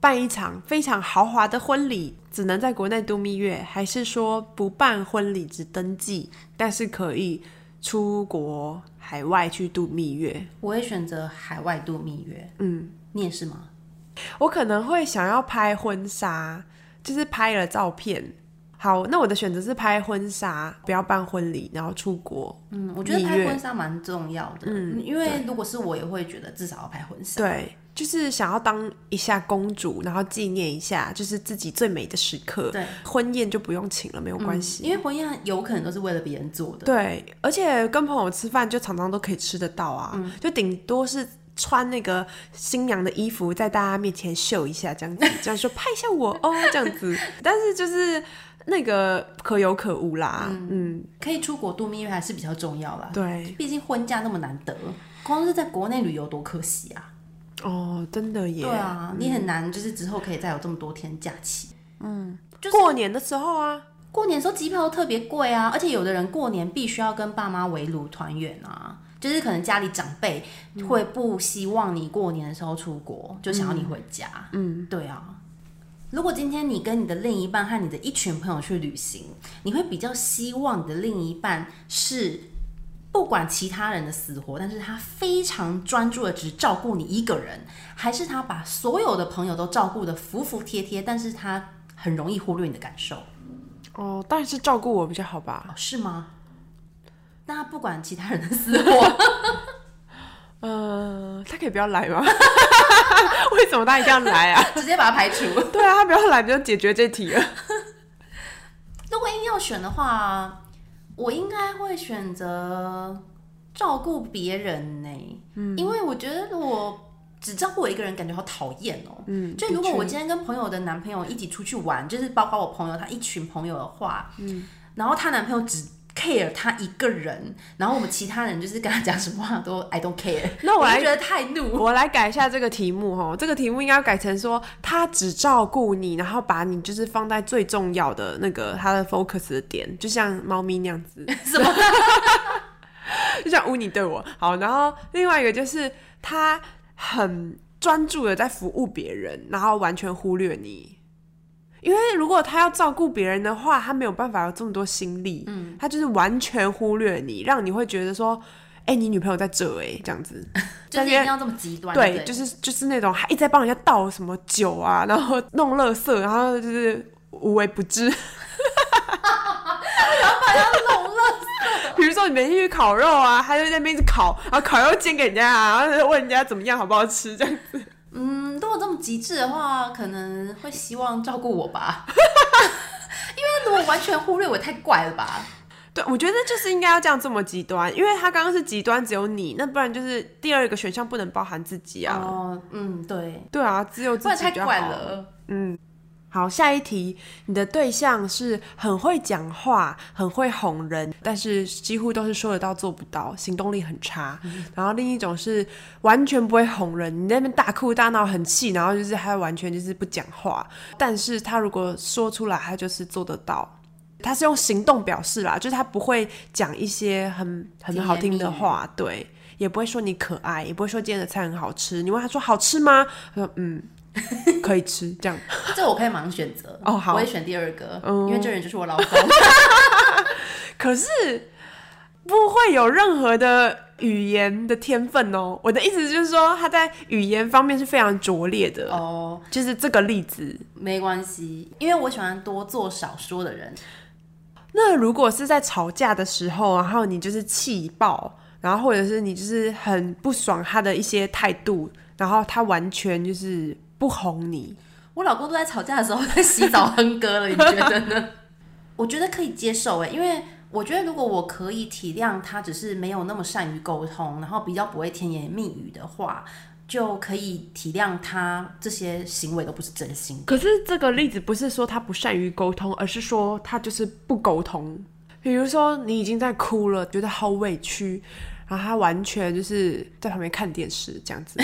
A: 办一场非常豪华的婚礼，只能在国内度蜜月，还是说不办婚礼只登记，但是可以出国海外去度蜜月？
B: 我会选择海外度蜜月。嗯，你也是吗？
A: 我可能会想要拍婚纱，就是拍了照片。好，那我的选择是拍婚纱，不要办婚礼，然后出国。
B: 嗯，我觉得
A: 蜜
B: 拍
A: 月
B: 婚纱蛮重要的。嗯，因为如果是我，也会觉得至少要拍婚纱。
A: 对，就是想要当一下公主，然后纪念一下，就是自己最美的时刻。
B: 对，
A: 婚宴就不用请了，没有关系。
B: 因为婚宴有可能都是为了别人做的。
A: 对，而且跟朋友吃饭就常常都可以吃得到啊，
B: 嗯
A: 就顶多是穿那个新娘的衣服在大家面前秀一下，这
B: (laughs)
A: 样子，这样说拍一下我哦，这样子。但是就是那个可有可无啦，嗯，
B: 可以出国度蜜月还是比较重要啦。，
A: 对，
B: 毕竟婚假那么难得，光是在国内旅游多可惜啊。
A: 哦，真的耶。
B: 对啊，你
A: 嗯
B: 很难就是之后可以再有这么多天假期。就是
A: 过年的时候
B: (laughs)
A: 啊，
B: 过年的时候机票都特别贵啊，而且有的人过年必须要跟爸妈围炉团圆啊，就是可能家里长辈会不希望你过年的时候出国，就想要你回家。嗯，对啊。如果今天你跟你的另一半和你的一群朋友去旅行，你会比较希望你的另一半是不管其他人的死活，但是他非常专注的只照顾你一个人，还是他把所有的朋友都照顾的服服帖帖，但是他很容易忽略你的感受？
A: 哦，当然是照顾我比较好
B: (laughs)
A: 吧。
B: 哦，是吗？那不管其他人的死活，
A: 呃，他可以不要来吗？ (laughs) 为什么他一定要来
B: (laughs)
A: 啊？
B: 直接把它排除。
A: 对啊，他不要来不就解决这题了？
B: 如果硬要选的话，我应该会选择照顾别人呢、嗯，因为我觉得我只照顾我一个人，感觉好讨厌哦。
A: 嗯
B: 就如果我
A: 的确
B: 今天跟朋友的男朋友一起出去玩，就是包括我朋友他一群朋友的话，嗯，然后她男朋友只 care 她一个人，然后我们其他人就是跟他讲什么话都 I don't care，
A: 那我
B: 我
A: 来
B: 就觉得太 (laughs) 怒。
A: 我来改一下这个题目哈，这个题目应该要改成说他只照顾你，然后把你就是放在最重要的那个他的 focus 的点，就像猫咪那样子，
B: 什么？
A: 就像乌尼对我好。然后另外一个就是他很专注的在服务别人，然后完全忽略你。因为如果他要照顾别人的话，他没有办法有这么多心力，嗯，他就是完全忽略你，让你会觉得说，哎、你女朋友在这、哎，这样子，
B: 就是一定要这么极端？
A: 对，
B: 不
A: 就是就是那种还一直在帮人家倒什么酒啊，然后弄垃圾，然后就是无微不至。 (laughs) 比如说你每天去烤肉啊，他就在那边一直烤，然后烤肉煎给人家啊，然后问人家怎么样好不好吃这样子。
B: 嗯，如果这么极致的话，可能会希望照顾
A: (laughs)
B: 我吧。因为如果完全忽略我，太怪了吧？
A: 对，我觉得就是应该要这样这么极端，因为他刚刚是极端只有你，那不然就是第二个选项不能包含自己啊。
B: 哦，嗯，对，
A: 对啊，只有
B: 不
A: 自
B: 然
A: 己
B: 太
A: 就
B: 怪
A: 好。
B: 了。
A: 好，下一题，你的对象是很会讲话、很会哄人，但是几乎都是说得到做不到，行动力很差。然后另一种是完全不会哄人，你在那边大哭大闹很气，然后就是他完全就是不讲话，但是他如果说出来，他就是做得到。他是用行动表示啦，就是他不会讲一些很很好听的话，对，也不会说你可爱，也不会说今天的菜很好吃。你问他说好吃吗？他说嗯， (laughs) 可以吃这样。
B: 这我可以盲选择
A: 哦好
B: 我会选第二个，
A: 嗯
B: 因为这人就是我老公。
A: 可是不会有任何的语言的天分哦。我的意思就是说，他在语言方面是非常拙劣的。
B: 哦，
A: 就是这个例子。
B: 没关系，因为我喜欢多做少说的人。
A: 那如果是在吵架的时候，然后你就是气爆，然后或者是你就是很不爽他的一些态度，然后他完全就是不哄你，
B: 我老公都在吵架的时候在洗澡哼歌了，你觉得呢？ (laughs) 我觉得可以接受哎，因为我觉得如果我可以体谅他，只是没有那么善于沟通，然后比较不会甜言蜜语的话，就可以体谅他这些行为都不是真心。
A: 可是这个例子不是说他不善于沟通，而是说他就是不沟通。比如说你已经在哭了，觉得好委屈，然后他完全就是在旁边看电视这样子。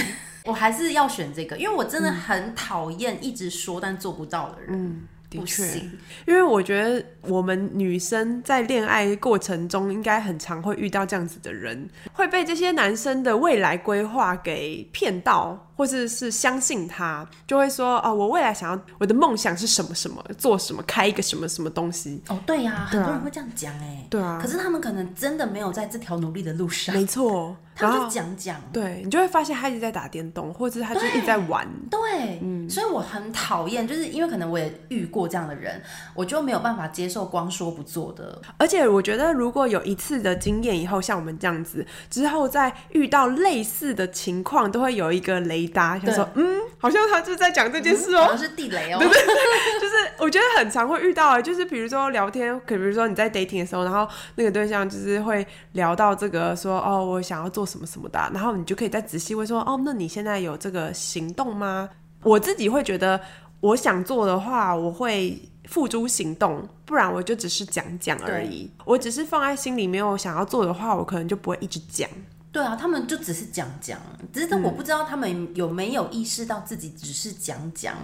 B: 我还是要选这个，因为我真的很讨厌一直说但做不到的人，
A: 嗯，的
B: 不
A: 确，
B: 行。
A: 因为我觉得我们女生在恋爱过程中，应该很常会遇到这样子的人，会被这些男生的未来规划给骗到，或者是相信他，就会说啊、我未来想要我的梦想是什么什么，做什么，开一个什么什么东西。
B: 哦，对呀、
A: 对
B: 很
A: 啊
B: 多人会这样讲哎。
A: 对啊
B: 可是他们可能真的没有在这条努力的路上，
A: 没错，
B: 他
A: 然
B: 们
A: 后
B: 就讲讲。
A: 对你就会发现他一直在打电动，或者是他就一直在
B: (laughs)
A: 玩。
B: 对，所以我很讨厌，就是因为可能我也遇过这样的人，我就没有办法接受光说不做的。
A: 而且我觉得，如果有一次的经验以后，像我们这样子之后，再遇到类似的情况，都会有一个雷达，想说，嗯，好像他就是在讲这件事
B: 好
A: 哦、
B: 像是地雷哦，
A: 就是我觉得很常会遇到啊，就是比如说聊天，可比如说你在 dating 的时候，然后那个对象就是会聊到这个说哦，我想要做什么什么的啊、然后你就可以再仔细问说哦，那你现在有这个行动吗？我自己会觉得，我想做的话，我会付诸行动，不然我就只是讲讲而已。我只是放在心里面，我想要做的话，我可能就不会一直讲。
B: 对啊，他们就只是讲讲，只是我不知道他们有没有意识到自己只是讲讲，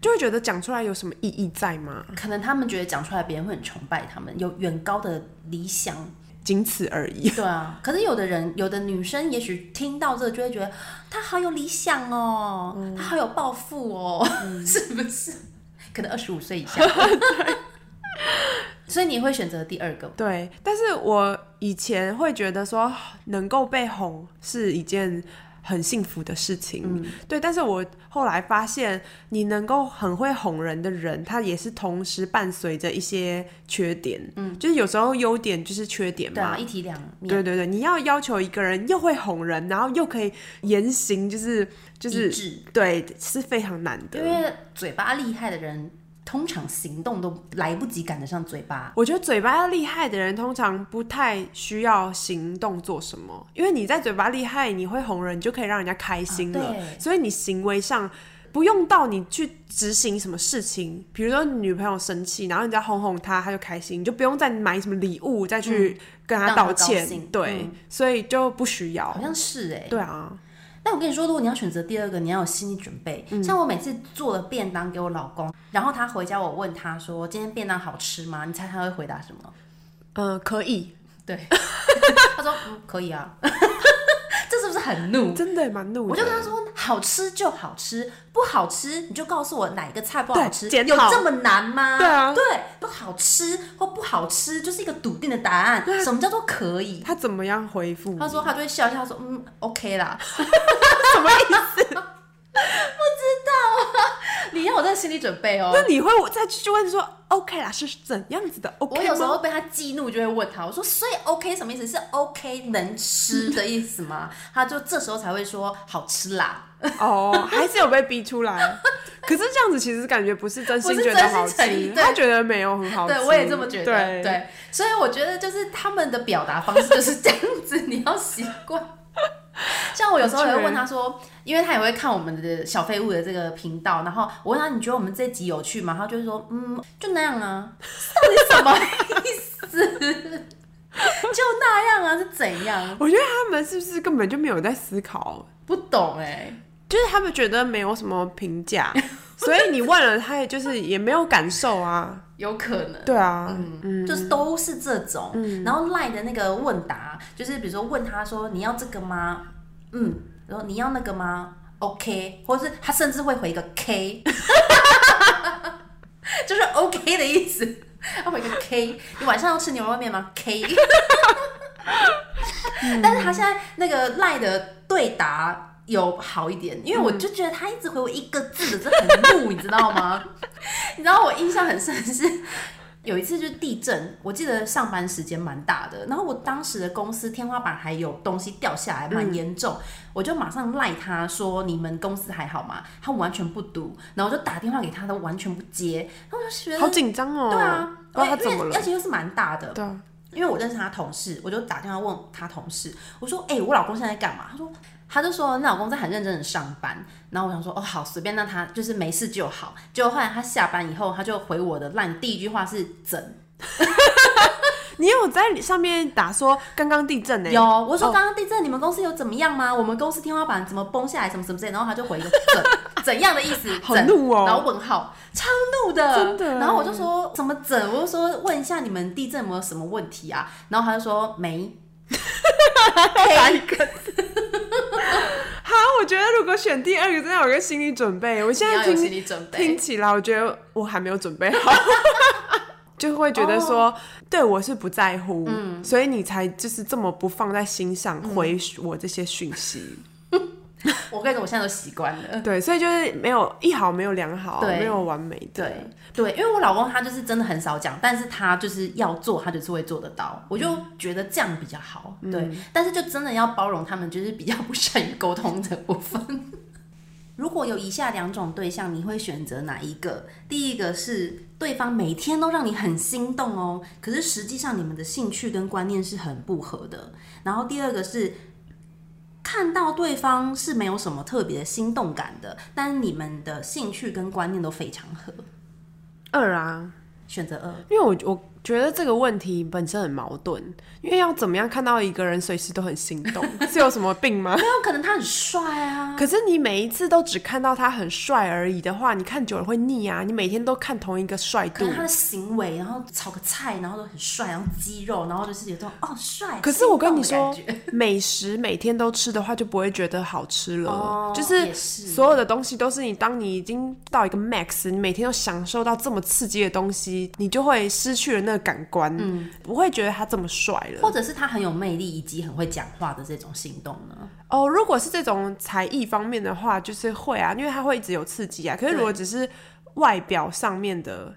A: 就会觉得讲出来有什么意义在吗？
B: 可能他们觉得讲出来别人会很崇拜他们，有远高的理想。
A: 仅此而已。
B: 对啊，可是有的人，有的女生也许听到这个就会觉得她好有理想哦，
A: 嗯
B: 她好有抱负哦， (laughs) 是不是？可能二十五岁
A: (laughs)
B: 以下。 (laughs) 所以你会选择第二个，
A: 对，但是我以前会觉得说能够被哄是一件很幸福的事情。
B: 嗯
A: 对，但是我后来发现，你能够很会哄人的人，他也是同时伴随着一些缺点。嗯，就是有时候优点就是缺点
B: 对
A: 嘛
B: 啊，。一体两面。
A: 对对对，你要要求一个人又会哄人，然后又可以言行就是就
B: 一
A: 是
B: 致
A: 对，是非常难的。
B: 因为嘴巴厉害的人，通常行动都来不及赶得上嘴巴。
A: 我觉得嘴巴厉害的人通常不太需要行动做什么，因为你在嘴巴厉害，你会哄人，你就可以让人家开心了。
B: 啊对
A: 所以你行为上不用到你去执行什么事情，比如说你女朋友生气，然后你再哄哄她，她就开心，你就不用再买什么礼物再去跟她
B: 嗯让她
A: 道歉。
B: 高兴
A: 对，
B: 嗯
A: 所以就不需要
B: 好。像是哎、
A: 对啊，
B: 但我跟你说，如果你要选择第二个，你要有心理准备。
A: 嗯
B: 像我每次做了便当给我老公，然后他回家，我问他说：“今天便当好吃吗？”你猜他会回答什么？
A: 嗯、可以，
B: 对， (laughs) 他说：“嗯，可以啊。”这是不是很怒？
A: 真的蛮怒的。
B: 我就跟他说：“好吃就好吃，不好吃你就告诉我哪一个菜不好吃，
A: 对检
B: 有
A: 讨
B: 这么难吗？”
A: 对啊
B: 对，不好吃或不好吃就是一个笃定的答案。什么叫做可以？
A: 他怎么样回复你？
B: 他说他就会笑一下，他说：“嗯，OK 啦。”
A: (laughs) 什么意
B: (laughs)
A: 思？
B: 你要有这个心理准备哦
A: 那。你会再去问说 OK 啦，是怎样子的 OK
B: 我有时
A: 吗
B: 候被他激怒，就会问他，我说：“所以 OK 什么意思？是 OK 能吃的意思
A: (laughs)
B: 吗？”他就这时候才会说“好吃啦
A: 哦，还是有被逼出
B: (laughs)
A: 来。可是这样子其实感觉不是真心觉得好
B: 不是真心诚意
A: 吃，
B: 对
A: 他觉得没有很”。好吃。
B: 对，我也这么觉得。
A: 对，
B: 对，所以我觉得就是他们的表达方式就是这样子，你要习惯。
A: (laughs)
B: 像我有时候也会问他说，因为他也会看我们的小废物的这个频道，然后我问他你觉得我们这集有趣吗？他就会说嗯，就那样
A: (laughs)
B: 啊，到底什么意思？ (laughs) 就那样啊，是怎样？
A: 我觉得他们是不是根本就没有在思考？
B: 不懂哎、
A: 就是他们觉得没有什么评
B: (laughs)
A: 价，所以你问了他，也就是也没有感受啊。
B: 有可能。
A: 对啊，
B: 嗯，就是都是这种，然后赖的那个问答，就是比如说问他说你要这个吗？嗯，然后你要那个吗？OK，或者是他甚至会回一个 K，就是 OK 的意思，他回一个 K，你，Oh 晚上要吃牛肉面吗？K，但是他现在那个赖的对答有好一点，因为我就觉得他一直回我一个字的，这很怒，你知道吗？ (laughs) 你知道我印象很深是有一次就是地震，我记得上班时间蛮大的，然后我当时的公司天花板还有东西掉下来，蛮严重，我就马上赖他说你们公司还好吗？他完全不读，然后我就打电话给他，他完全不接，然后我就觉得
A: 好紧张哦。
B: 对啊，
A: 不知道他
B: 因为
A: 怎么了
B: 而。且又是蛮大的，
A: 对啊，
B: 因为我认识他同事，我就打电话问他同事，我说：“哎、我老公现在在干嘛？”他说：“他就说那老公在很认真的上班。”然后我想说：“哦，好，随便让他就是没事就好。”结果后来他下班以后，他就回我的烂第一句话是“怎
A: 你有在上面打说刚刚地震呢、
B: 有？”我说：“
A: 哦
B: 刚刚地震，你们公司有怎么样吗？我们公司天花板怎么崩下来，什么什么之类。”然后他就回一个 (laughs) “怎怎样的意思？”
A: (laughs) 好
B: 怎
A: 怒哦
B: 然后问号，超怒的，
A: 真的
B: 然后我就说：“怎么整？”我就说：“问一下你们地震有没有什么问题啊？”然后他就说：“
A: (laughs)
B: 没。”
A: 打一个字。好，我觉得如果选第二个，真的有一个心理准备。我现
B: 你
A: 在
B: 要有
A: 听
B: 心理准备。
A: 听起来，我觉得我还没有准备好， (laughs) 就会觉得说，
B: 哦
A: 对我是不在乎，
B: 嗯
A: 所以你才就是这么不放在心上回
B: 嗯
A: 我这些讯息，
B: 我跟你说，我现在都习惯了。
A: 对，所以就是没有一好没有两好，
B: 对
A: 没有完美的，
B: 对对，因为我老公他就是真的很少讲，但是他就是要做，他就是会做得到。我就觉得这样比较好，对。 (laughs) 但是就真的要包容他们，就是比较不善于沟通的部分。 (laughs) 如果有以下两种对象，你会选择哪一个？第一个是对方每天都让你很心动哦，可是实际上你们的兴趣跟观念是很不合的。然后第二个是看到对方是没有什么特别的心动感的，但是你们的兴趣跟观念都非常合。
A: 二啊，
B: 选择二，
A: 因为我我觉得这个问题本身很矛盾，因为要怎么样看到一个人随时都很心
B: (laughs)
A: 动，是有什么病吗？
B: 没有可能他很帅啊。
A: 可是你每一次都只看到他很帅而已的话，你看久了会腻啊！你每天都看同一个帅
B: 可
A: 度
B: 能，他的行为，然后炒个菜，然后都很帅，然后肌肉，然后就是有这种哦帅。
A: 可是我跟你
B: 心动
A: 说
B: 的感觉，
A: 美食每天都吃的话，就不会觉得好吃了。
B: 哦
A: 就是
B: 也是
A: 所有的东西都是你，当你已经到一个 max，你每天都享受到这么刺激的东西，你就会失去了那个感官，不会觉得他这么帅了。
B: 嗯或者是他很有魅力以及很会讲话的这种行动呢？
A: 哦，如果是这种才艺方面的话，就是会啊，因为它会一直有刺激啊。可是如果只是外表上面的，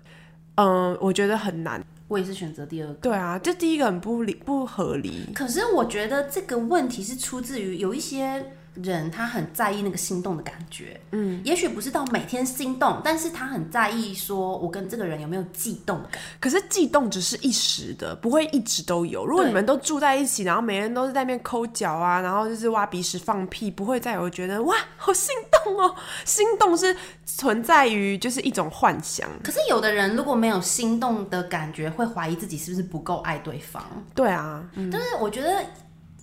A: 嗯、我觉得很难。
B: 我也是选择第二个。
A: 对啊，这第一个很不理不合理。
B: 可是我觉得这个问题是出自于有一些人他很在意那个心动的感觉，嗯，也许不是到每天心动，但是他很在意说我跟这个人有没有悸动感。
A: 可是悸动只是一时的，不会一直都有。如果
B: 对
A: 你们都住在一起，然后每人都是在那边抠脚啊，然后就是挖鼻屎放屁，不会再有觉得哇好心动哦。心动是存在于就是一种幻想。
B: 可是有的人如果没有心动的感觉，会怀疑自己是不是不够爱对方。
A: 对啊，嗯
B: 但是我觉得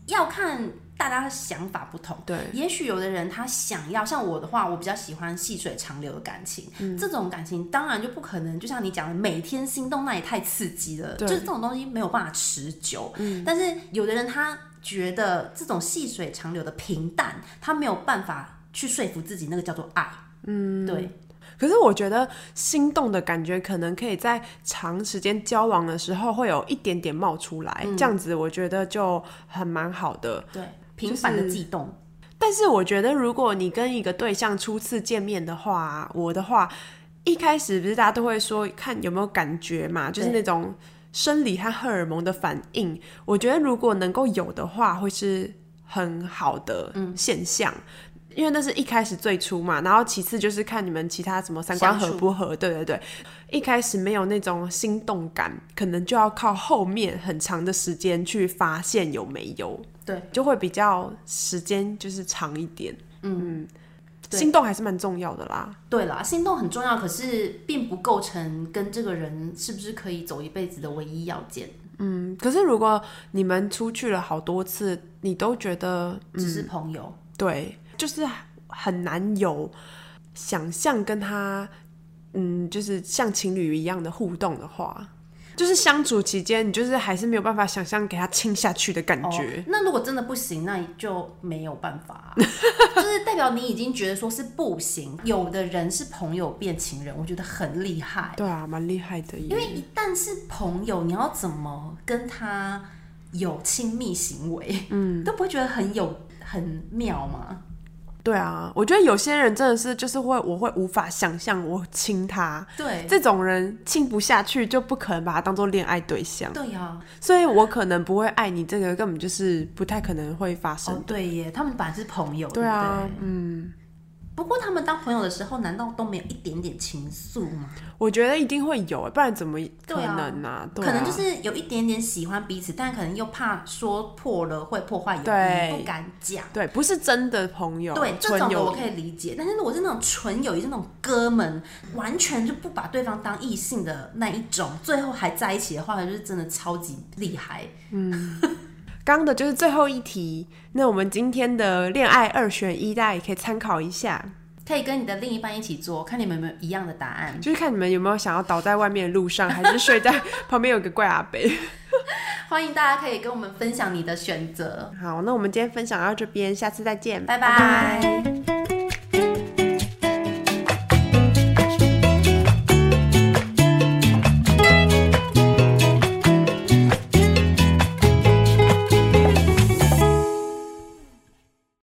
B: 要看大家的想法不同。
A: 对
B: 也许有的人他想要，像我的话，我比较喜欢细水长流的感情。
A: 嗯
B: 这种感情当然就不可能，就像你讲的，每天心动那也太刺激了，
A: 对嗯
B: 就是这种东西没有办法持久。但是有的人他觉得这种细水长流的平淡，他没有办法去说服自己，那个叫做爱。嗯，对。
A: 可是我觉得心动的感觉，可能可以在长时间交往的时候会有一点点冒出来，这样子我觉得就很蛮好的。
B: 对，频繁的悸动，
A: 但是我觉得，如果你跟一个对象初次见面的话，我的话，一开始不是大家都会说看有没有感觉嘛，就是那种生理和荷尔蒙的反应。我觉得如果能够有的话，会是很好的现象。因为那是一开始最初嘛，然后其次就是看你们其他什么三观合
B: 相处
A: 不合，对对对。一开始没有那种心动感，可能就要靠后面很长的时间去发现有没有。
B: 对，
A: 就会比较时间就是长一点。嗯，
B: 对
A: 心动还是蛮重要的啦。
B: 对啦，心动很重要，可是并不构成跟这个人是不是可以走一辈子的唯一要件，
A: 嗯，可是如果你们出去了好多次，你都觉得嗯
B: 只是朋友。哦
A: 对，就是很难有想象跟他，嗯，就是像情侣一样的互动的话。就是相处期间，你就是还是没有办法想象给他亲下去的感觉。
B: 哦、那如果真的不行，那就没有办
A: (laughs)
B: 法、啊，就是代表你已经觉得说是不行。有的人是朋友变情人，我觉得很厉害，
A: 对啊，蛮厉害的耶。
B: 哦因为一旦是朋友，你要怎么跟他有亲密行为，嗯，都不会觉得很有很妙吗？
A: 对啊，我觉得有些人真的是就是会，我会无法想象我亲他，
B: 对，
A: 这种人亲不下去，就不可能把他当做恋爱对象，
B: 对呀、哦
A: 所以我可能不会爱你，这个根本就是不太可能会发生。
B: 哦，对耶，他们本来是朋友，
A: 对啊
B: 不对，嗯。不过他们当朋友的时候，难道都没有一点点情愫吗？
A: 我觉得一定会有，不然怎么可
B: 对啊
A: 能呢、啊？对啊
B: 可能就是有一点点喜欢彼此，但可能又怕说破了会破坏友
A: 对
B: 谊，不敢讲。
A: 对，不是真的朋友，
B: 对，这
A: 纯
B: 种的
A: 友
B: 我
A: 谊
B: 可以理解，但是如果是那种纯友谊，是那种哥们，完全就不把对方当异性的那一种，最后还在一起的话，就是真的超级厉害。
A: 刚的就是最后一题，那我们今天的恋爱二选一，大家也可以参考一下，
B: 可以跟你的另一半一起做，看你们有没有一样的答案。
A: 就是看你们有没有想要倒在外面的路上，还是睡在 (laughs) 旁边有个怪阿北。
B: 欢迎大家可以跟我们分享你的选择。
A: 好，那我们今天分享到这边，下次再见，
B: 拜拜。